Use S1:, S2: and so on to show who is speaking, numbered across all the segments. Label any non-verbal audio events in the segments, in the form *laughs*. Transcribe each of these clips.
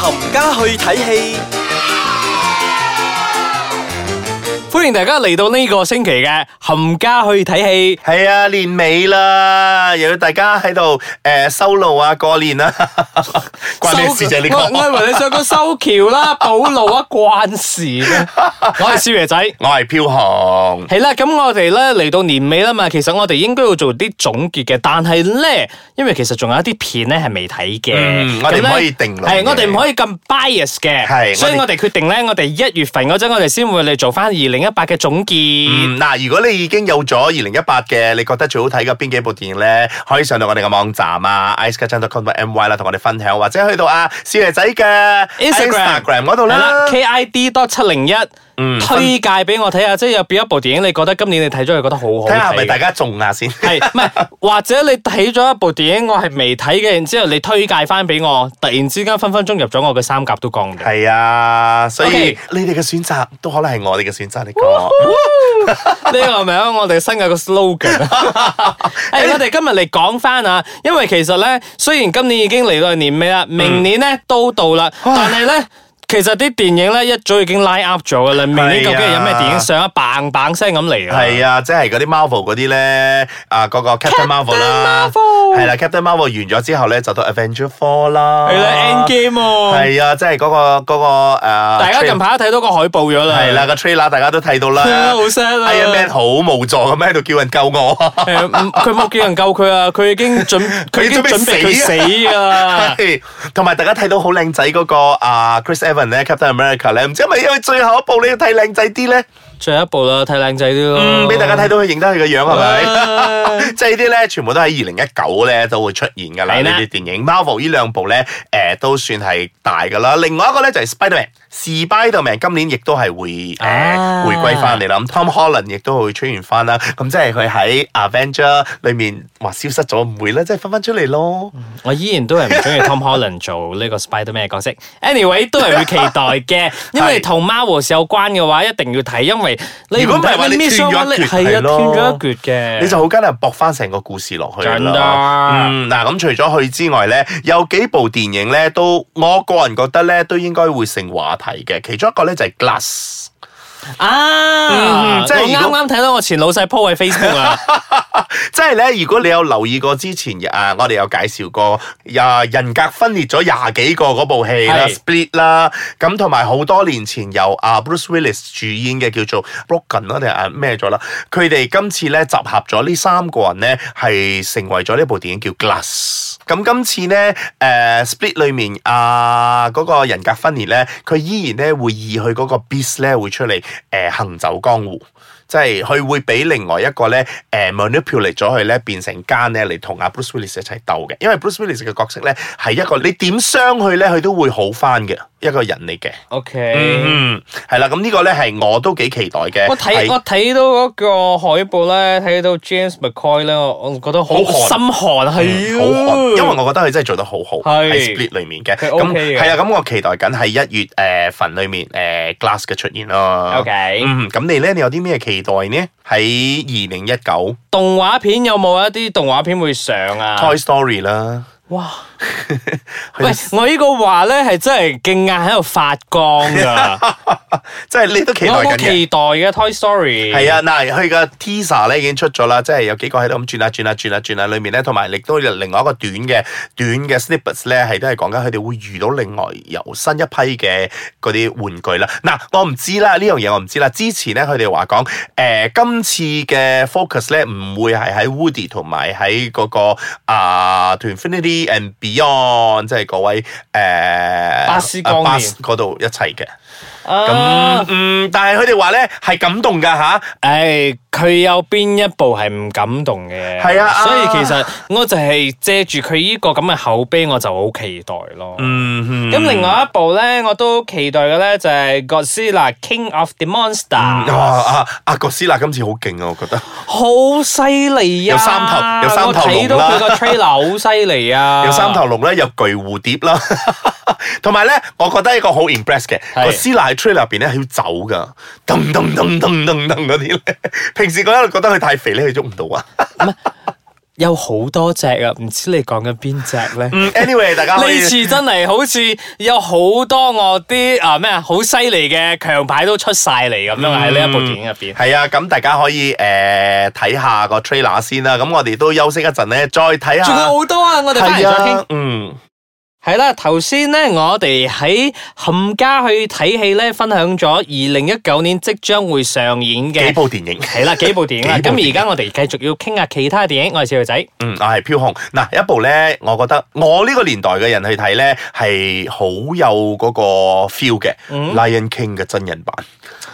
S1: 冚家去睇戲，
S2: 歡迎大家嚟到呢個星期嘅冚家去睇戲。
S3: 系啊，年尾啦，又要大家喺度诶收路啊， *laughs* 過年啦，關你事啫呢
S2: 我我
S3: 個。
S2: 以為你想講修橋啦、補路啊，關事嘅。
S3: *laughs*
S2: 我係少爺仔。
S3: 我係飄紅，
S2: 係啦，咁我哋咧嚟到年尾啦嘛，其實我哋應該要做啲總結嘅，但係咧，因為其實仲有一啲片咧係未睇嘅，
S3: 嗯我哋
S2: 咁
S3: 唔
S2: 呢
S3: 可以定論
S2: 係
S3: 嘅
S2: 我哋唔可以咁 bias 嘅，
S3: 係
S2: 所以
S3: 我
S2: 我
S3: 哋
S2: 哋決定咧，我哋一月份嗰陣，我哋先會嚟做翻二零一八嘅總結。
S3: 嗯嗱，如果你已經有咗二零一八嘅，你覺得最好睇嘅邊幾部電影咧，可以上到我哋嘅網站啊 i c e k a c h a n c o m my 啦，同我哋分享，或者去到啊少爺仔嘅
S2: Instagram
S3: 嗰度
S2: 係
S3: 啦
S2: 啦。，KID 多七零一推介俾我睇下，即係有邊一部電影你覺得今年你睇咗，你覺得好好
S3: 睇下係咪
S2: 睇
S3: 大
S2: 嘅。
S3: 家中下先，
S2: 係
S3: *laughs*
S2: 唔係？或者你睇咗一部電影，我係未睇嘅，然之後你推介翻俾我，突然之間分分鐘入咗我嘅三甲都講嘅。
S3: 係啊，所以
S2: OK
S3: 你哋嘅選擇都可能係我哋嘅選擇嚟講。
S2: 呢個係咪啊我哋新嘅個
S3: *laughs*
S2: slogan？誒，我哋今日嚟講翻啊，因為其實咧，雖然今年已經嚟到年尾啦，明年咧都到啦，但係咧。其實啲電影咧一早已經 line up 咗噶啦，明年究竟有咩電影上一棒棒聲咁嚟啊？
S3: 係啊，即係嗰啲 Marvel 嗰啲咧，啊嗰個 Captain Marvel 啦，
S2: Marvel
S3: 係啦，Captain Marvel 完咗之後咧，就到 Avenger Four 啦，
S2: 係啦，Endgame 喎，
S3: 係啊，即係嗰個嗰個誒，
S2: 大家近
S3: tra-
S2: 排都睇到個海報咗啦，
S3: 係 *laughs* 啦個 trailer 大家都睇到啦
S2: 係啊， *laughs* 好 sad 啊
S3: Iron Man 好無助咁喺度叫人救我。
S2: 誒，唔佢冇叫人救佢啊，佢已經準，
S3: *laughs*
S2: 佢已經準備佢死啊！
S3: 係同埋大家睇到好靚仔嗰個啊 Chris Evans 咧，Captain America 咧，唔知係咪因為最後一部你要睇靚仔啲咧，
S2: 最後一步啦，睇靚仔啲咯，
S3: 嗯，俾大家睇到佢認得佢個樣係咪？ *laughs*
S2: 啊
S3: 即係呢啲咧，全部都喺二零一九咧都會出現㗎啦。
S2: 係
S3: 呢
S2: 啦
S3: 啲電影 Marvel 呢兩部咧，誒、都算係大㗎啦。另外一個咧就係、Spiderman，是 Spiderman 今年亦都係會誒、
S2: 啊
S3: 回歸翻嚟啦。咁 Tom Holland 亦都會出現翻啦。咁即係佢喺 Avenger 裏面話消失咗，唔會啦，即係分翻出嚟咯。
S2: 我依然都係唔中意 Tom Holland 做呢個 Spiderman 嘅角色。Anyway，都係會期待嘅，因為同 Marvel 有關嘅話，一定要睇，因為你
S3: 如果唔係話你
S2: 咩
S3: 斷咗一橛
S2: 係啊，斷
S3: 係咯
S2: 咗一橛嘅，
S3: 你就好艱難駁翻成個故事落去
S2: 真
S3: 啦。
S2: 㗎
S3: 嗯，嗱咁除咗佢之外咧，有幾部電影咧都，我個人覺得咧都應該會成話題嘅。其中一個咧就係 Glass。
S2: 啊，
S3: 嗯即係
S2: 我
S3: 如
S2: 啱
S3: 果
S2: 啱睇到我前老細 po 喺 Facebook
S3: *laughs*
S2: 啊，
S3: 即係咧，如果你有留意過之前誒、啊我哋有介紹過啊人格分裂咗廿幾個嗰部戲啦
S2: 係
S3: ，Split 啦，咁同埋好多年前由啊 Bruce Willis 主演嘅叫做 Broken 啦定係啊咩咗啦，佢哋今次咧集合咗呢三個人咧係成為咗呢部電影叫 Glass。咁今次咧誒、Split 裏面啊嗰、個人格分裂咧，佢依然咧會以佢嗰個 Beast 咧會出嚟誒、行走江湖。即係佢會俾另外一個咧，誒、manipulate 咗佢咧，變成奸咧嚟同阿 Bruce Willis 一齊鬥嘅。因為 Bruce Willis 嘅角色咧係一個你點傷佢咧，佢都會好翻嘅一個人嚟嘅。
S2: ，OK。
S3: 嗯，係啦，咁呢個咧係我都幾期待嘅。
S2: 我睇
S3: 係
S2: 我睇到嗰個海報咧，睇到 James McCoy 咧，我我覺得好
S3: 好寒嗯
S2: 心寒，係
S3: 好
S2: 啊
S3: 看，因為我覺得佢真係做得好好
S2: 係
S3: 喺 Split 裏面嘅。
S2: 佢
S3: 咁
S2: OK 嘅
S3: 係啊，咁我期待緊喺一月誒、份裏面誒、Glass 嘅出現咯。
S2: OK
S3: 嗯，咁你咧，你有啲咩期待呢？喺二零一九
S2: 動畫片有冇一啲動畫片會上啊？
S3: Toy Story 啦。 *laughs*
S2: 哇！喂，我呢個話咧係真係勁眼喺度發光㗎，
S3: 即係你 *laughs* 都期
S2: 我
S3: 待
S2: 好
S3: 緊嘅。
S2: 期待嘅 Toy Story。
S3: 係啊，嗱，佢嘅 teaser 咧已經出咗啦，即係有幾個喺度咁轉啊轉啊轉啊轉啊，裏面咧同埋亦都有另外一個短嘅短嘅 snippets 咧，係都係講緊佢哋會遇到另外由新一批嘅嗰啲玩具啦。嗱，我唔知啦，呢樣嘢我唔知啦。之前咧佢哋話講，誒、今次嘅 focus 咧唔會係喺 Woody 同埋喺嗰個啊、To Infinity and Beyond，即係嗰位誒、
S2: 巴斯光
S3: 啊
S2: 年
S3: 巴斯嗰度一齊嘅。咁
S2: 啊，
S3: 嗯，但係佢哋話咧係感動㗎吓。
S2: 誒，佢有邊一部係唔感動嘅？
S3: 係啊
S2: 所以
S3: 啊
S2: 其實我就係借住佢呢個咁嘅口碑，我就好期待咯。
S3: 嗯，
S2: 咁另外一部咧，我都期待嘅咧就係《Godzilla King of the Monster
S3: 啊》，啊啊！哥斯拉今次好勁啊，我覺得
S2: 好犀利啊！
S3: 有三頭有三頭
S2: 我睇到
S3: 龍啦
S2: 佢個 trailer 好犀利啊！
S3: *laughs* 有三頭龍咧，有巨蝴蝶啦， *laughs* 同埋咧，我覺得一個好 impress 嘅
S2: 係
S3: 哥斯拉喺 trailer 入邊咧，佢要走噶，噔 *laughs* 噔噔噔噔噔嗰啲咧，平時我一路覺得佢太肥咧，佢喐唔到啊，
S2: 有好多隻啊，唔知你講緊邊隻咧？
S3: 嗯，anyway，大家可以
S2: 呢次真係好似有好多我啲啊咩啊好犀利嘅強牌都出晒嚟咁樣喺呢一部電影入邊。
S3: 係啊，咁大家可以誒睇下個 trailer 先啦。咁我哋都休息一陣咧，再睇
S2: 仲有
S3: 下。
S2: 好多啊！我哋翻嚟
S3: 係
S2: 再傾
S3: 啊。，嗯，
S2: 系啦，頭先咧，我哋喺冚家去睇戲咧，分享咗二零一九年即將會上演
S3: 幾
S2: 嘅
S3: 部電影。
S2: 係啦幾部電影啦。
S3: 幾部電
S2: 咁
S3: 影
S2: 而家我哋繼續要傾下其他電影。我係小女仔，
S3: 嗯，我係飄紅嗱，一部咧，我覺得我呢個年代嘅人去睇咧係好有嗰個 feel 嘅，Lion
S2: 嗯
S3: King》嘅真人版。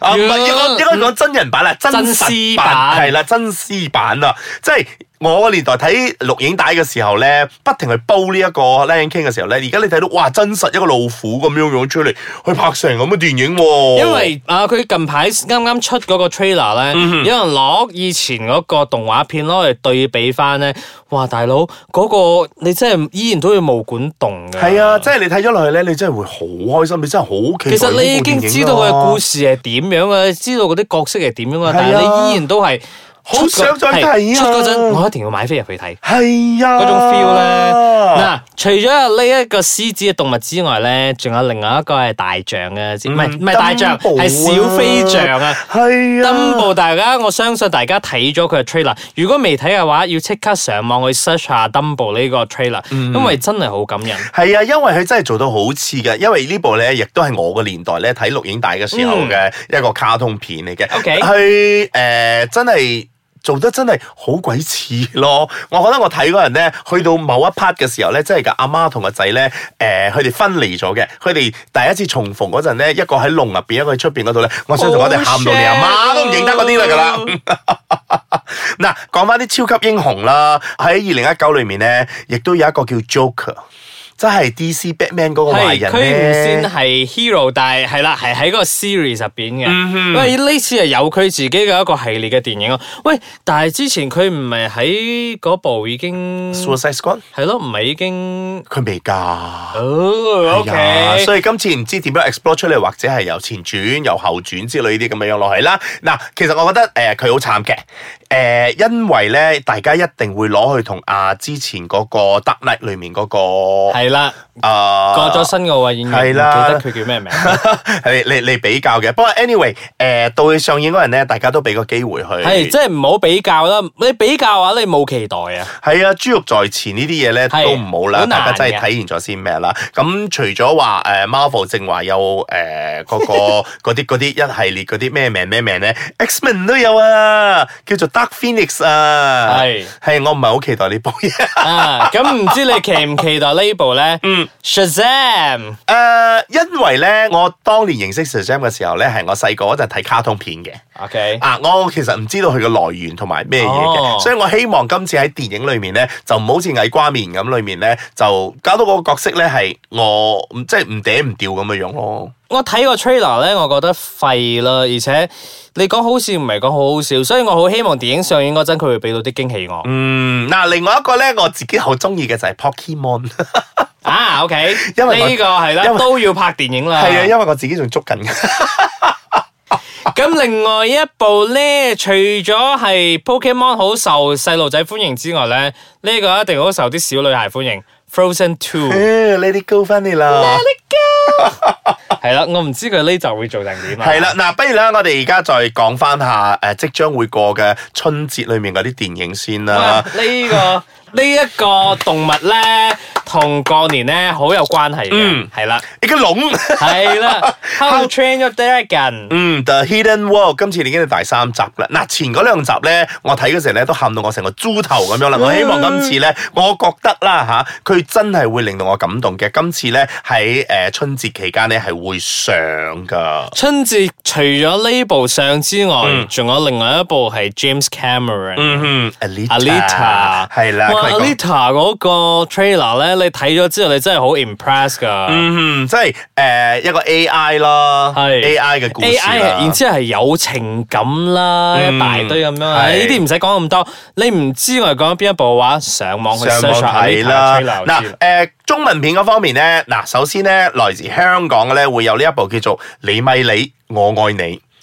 S3: 啊，唔係
S2: 呀
S3: 應該應該講真人版啦，真實版
S2: 真屍版
S3: 係啦，真屍版啊，即係。我個年代睇錄影帶嘅時候咧，不停去煲呢一個 Lion King 嘅時候咧，而家你睇到哇真實一個老虎咁樣樣出嚟，去拍成咁嘅電影喎、
S2: 因為啊，佢近排啱啱出嗰個 trailer
S3: 嗯
S2: 咧，有人攞以前嗰個動畫片攞嚟對比翻咧，哇，大佬嗰個你真係依然都要毛管動嘅。
S3: 係啊，即係你睇咗落去咧，你真係會好開心，你真係好期待
S2: 其實你已
S3: 呢部電影
S2: 經知道佢
S3: 啊
S2: 嘅故事係點樣啊，知道嗰啲角色係點樣啊，但
S3: 係啊
S2: 係你依然都係
S3: 好想再睇啊
S2: 係出嗰陣我一定要買飛入去睇。
S3: 係啊，
S2: 嗰種 feel 咧，嗱，除咗有呢一個獅子嘅動物之外咧，仲有另外一個係大象嘅，唔係唔係大象，
S3: 登嗯步啊
S2: 係小飛象啊！
S3: 係啊，
S2: 登步大家，我相信大家睇咗佢嘅 trailer。如果未睇嘅話，要即刻上網去 search 下登步呢個 trailer，因
S3: 嗯
S2: 為真係好感人。
S3: 係啊，因為佢真係做到好似嘅，因為呢部咧亦都係我個年代咧睇錄影帶嘅時候嘅一個卡通片嚟嘅。
S2: 嗯 OK
S3: 佢誒、呃真係。做得真係好鬼似咯！我覺得我睇嗰人咧，去到某一 part 嘅時候咧，即係個阿媽同個仔咧，誒、佢哋分離咗嘅，佢哋第一次重逢嗰陣咧，一個喺籠入邊，一個喺出邊嗰度咧，我相信我哋喊到你阿媽都唔認得嗰啲啦㗎啦。嗱，講翻啲超級英雄啦，喺二零一九裏面咧，亦都有一個叫 Joker，即係 DC Batman 嗰個壞
S2: 係，
S3: 人
S2: 佢唔算
S3: 咧。
S2: 係 hero，但係係啦，係喺嗰個 series 入邊嘅。
S3: 嗯
S2: 因為呢次係有佢自己嘅一個系列嘅電影啊。喂，但係之前佢唔係喺嗰部已經
S3: Suicide Squad
S2: 係咯，唔係已經
S3: 佢未㗎。
S2: 哦
S3: 係啊
S2: ，OK。
S3: 所以今次唔知點樣 explore 出嚟，或者係由前傳、由後傳之類啲咁樣樣落去啦。嗱，其實我覺得誒佢好慘嘅，誒、因為咧大家一定會攞去同啊之前嗰個啊 Dark Knight 裡面嗰、個
S2: 係啦，
S3: 啊
S2: 過咗身嘅位演員，唔記
S3: 係啦
S2: 得佢叫咩
S3: *laughs*
S2: 名。
S3: 你你你比較嘅，不過 anyway，誒、到佢上映嗰陣咧，大家都俾個機會去。
S2: 係，即係唔好比較啦。你比較嘅話，你冇期待啊。
S3: 係啊，豬肉在前呢啲嘢咧
S2: 係
S3: 都唔好啦，
S2: 好難
S3: 大家真係
S2: 嘅
S3: 體現咗先咩啦。咁除咗話誒 Marvel 正話有誒
S2: *laughs*
S3: 嗰個嗰啲嗰啲一系列嗰啲咩名咩名咧，X-Men 都有啊，叫做 Dark Phoenix 啊。
S2: 係
S3: *laughs* 係，我唔係好期待呢部嘢。 *laughs*
S2: 啊，咁唔知你期唔期待呢部咧？嗯，Shazam。
S3: 誒、因為咧我當年認識 Shazam 嘅時候咧，係我細個嗰陣睇卡通片嘅。
S2: OK。
S3: 啊！我其實唔知道佢嘅來源同埋咩嘢嘅，
S2: 哦
S3: 所以我希望今次喺電影裏面咧，就唔好似矮瓜面咁裏面咧，就搞到個角色咧係我唔即係唔嗲唔吊咁嘅樣咯。
S2: 我睇個 trailer 咧，我覺得廢啦，而且你講好笑唔係講好好笑，所以我好希望電影上映嗰陣佢會俾到啲驚喜我。
S3: 嗯，嗱，另外一個咧，我自己好中意嘅就係 Pokemon，
S2: 啊，OK，
S3: 因為我
S2: 呢個係
S3: 因為
S2: 啦，都要拍電影啦。
S3: *laughs* 係啊，因為我自己仲捉 *laughs* 緊。
S2: 咁另外一部咧，除咗係 Pokemon 好受細路仔歡迎之外咧，呢、個一定好受啲小女孩歡迎。Frozen
S3: *laughs*
S2: Two
S3: 呢啲高翻你啦，
S2: 係啦，我唔知佢呢集會做成點啊。
S3: 係啦，，嗱，不如啦，我哋而家再講翻下誒即將會過嘅春節裏面嗰啲電影先啦。
S2: 哇呢、個呢一、個動物咧，同過年咧好有關係
S3: 嗯
S2: 嘅，係啦、
S3: 你個籠。
S2: 係
S3: *laughs*
S2: 啦，How to Train Your Dragon。
S3: 嗯，The Hidden World 今次已經係第三集啦。嗱，前嗰兩集咧，我睇嗰時咧都喊到我成個豬頭咁樣
S2: 嗯
S3: 啦。我希望今次咧，我覺得啦吓，佢真係會令到我感動嘅。今次咧喺誒春節期間咧係會上噶。
S2: 春節除咗呢部相之外，仲、有另外一部係 James Cameron。
S3: 嗯哼，Alita
S2: Alita
S3: 係啦，
S2: 哇
S3: 佢係講
S2: ，Alita 嗰個 trailer 咧，你睇咗之後，你真係好 impress 噶。
S3: 嗯哼，即係誒一個 AI 啦
S2: 係
S3: ，AI 嘅故事
S2: A.I. 係
S3: 啦
S2: 然之後係有情感啦，
S3: 嗯
S2: 一大堆咁樣啊，呢
S3: 係
S2: 啲唔使講咁多。你唔知我哋講緊邊一部嘅話，上網去
S3: 上網
S2: search 下
S3: 睇
S2: Alita trailer。
S3: 啦
S2: 就知
S3: 嗱，誒中文片嗰方面咧，嗱首先咧，來自香港嘅咧會有呢一部叫做《你咪你我愛你》。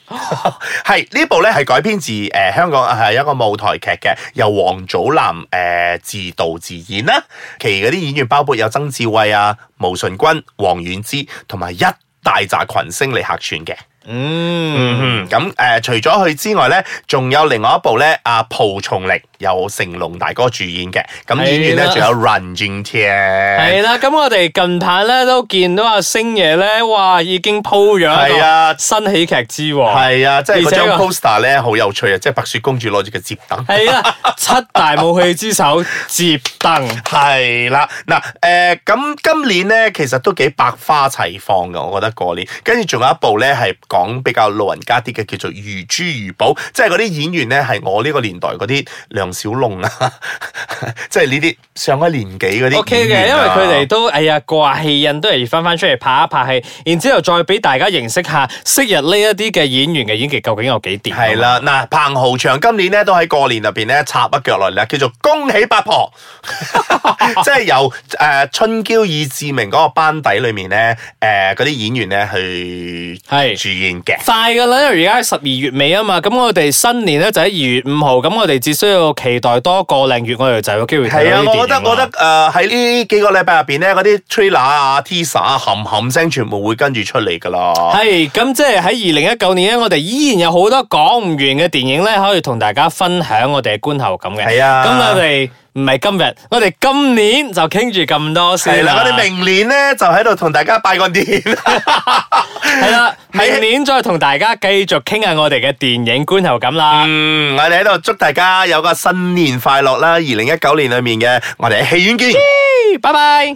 S2: 哦
S3: *laughs* 係呢部咧係改編自誒、呃香港係一個舞台劇嘅，由王祖藍誒、呃自導自演啦。其餘嗰啲演員包括有曾志偉啊、毛舜筠、黃遠之同埋一大扎群星嚟客串嘅。
S2: 嗯，
S3: 嗯，咁誒、呃除咗佢之外咧，仲有另外一部咧，阿、蒲松齡由成龍大哥主演嘅，咁演員咧
S2: 係啦
S3: 仲有任俊天，
S2: 係啦，咁我哋近排咧都見到阿星爺咧，哇，已經鋪咗一
S3: 係
S2: 個
S3: 啊，
S2: 新喜劇之王，
S3: 係啊，即係嗰
S2: 而且
S3: 張
S2: 個
S3: poster 咧好有趣啊，即係白雪公主攞住個折凳。
S2: 係
S3: *laughs*
S2: 啦，七大武器之首接凳，
S3: 係啦，嗱，誒，咁今年咧其實都幾百花齊放嘅，我覺得過年。跟住仲有一部咧係講比較老人家啲嘅，叫做《如珠如寶》，即係嗰啲演員咧係我呢個年代嗰啲梁小龍啊， *laughs* 即係呢啲上咗年紀嗰啲
S2: O K
S3: 演
S2: 嘅，
S3: 員
S2: 因為
S3: 啊
S2: 佢哋都哎呀過下氣癮，都係翻翻出嚟拍一拍戲，然之後再俾大家認識下昔日呢一啲嘅演員嘅演技究竟有幾掂。
S3: 係，啦，嗱，彭浩翔今年咧都喺過年入邊咧插一腳落嚟啦，叫做恭喜八 *laughs* 婆，即係由誒、呃春嬌以志明嗰個班底裏面咧，誒嗰啲演員咧去
S2: 係
S3: 主演嘅。
S2: 快噶啦，因為而家係十二月尾啊嘛，咁我哋新年咧就喺二月五號，咁我哋只需要期待多個零月，我哋就有機會睇
S3: 係
S2: 到
S3: 啊，
S2: 呢啲
S3: 我
S2: 電影
S3: 覺得
S2: 啦
S3: 我覺得誒喺呢幾個禮拜入邊咧，嗰啲 trailer 啊、teaser 啊、冚冚聲全部會跟住出嚟㗎啦。
S2: 係咁，即係喺二零一九年咧，我哋依然有好多講唔完嘅電影咧，可以同大家分享我哋嘅觀後感嘅。
S3: 係啊
S2: 咁我哋唔係今日，我哋今年就傾住咁多
S3: 係
S2: 先
S3: 啦，
S2: 啦。
S3: 我哋明年咧就喺度同大家拜個年，
S2: 系啦，
S3: *laughs* 係
S2: 明年再同大家繼續傾下我哋嘅電影觀後感
S3: *laughs*
S2: 啦。
S3: *laughs* 嗯，我哋喺度祝大家有個新年快樂啦！二零一九年裏面嘅我哋喺戲院見。
S2: 拜拜。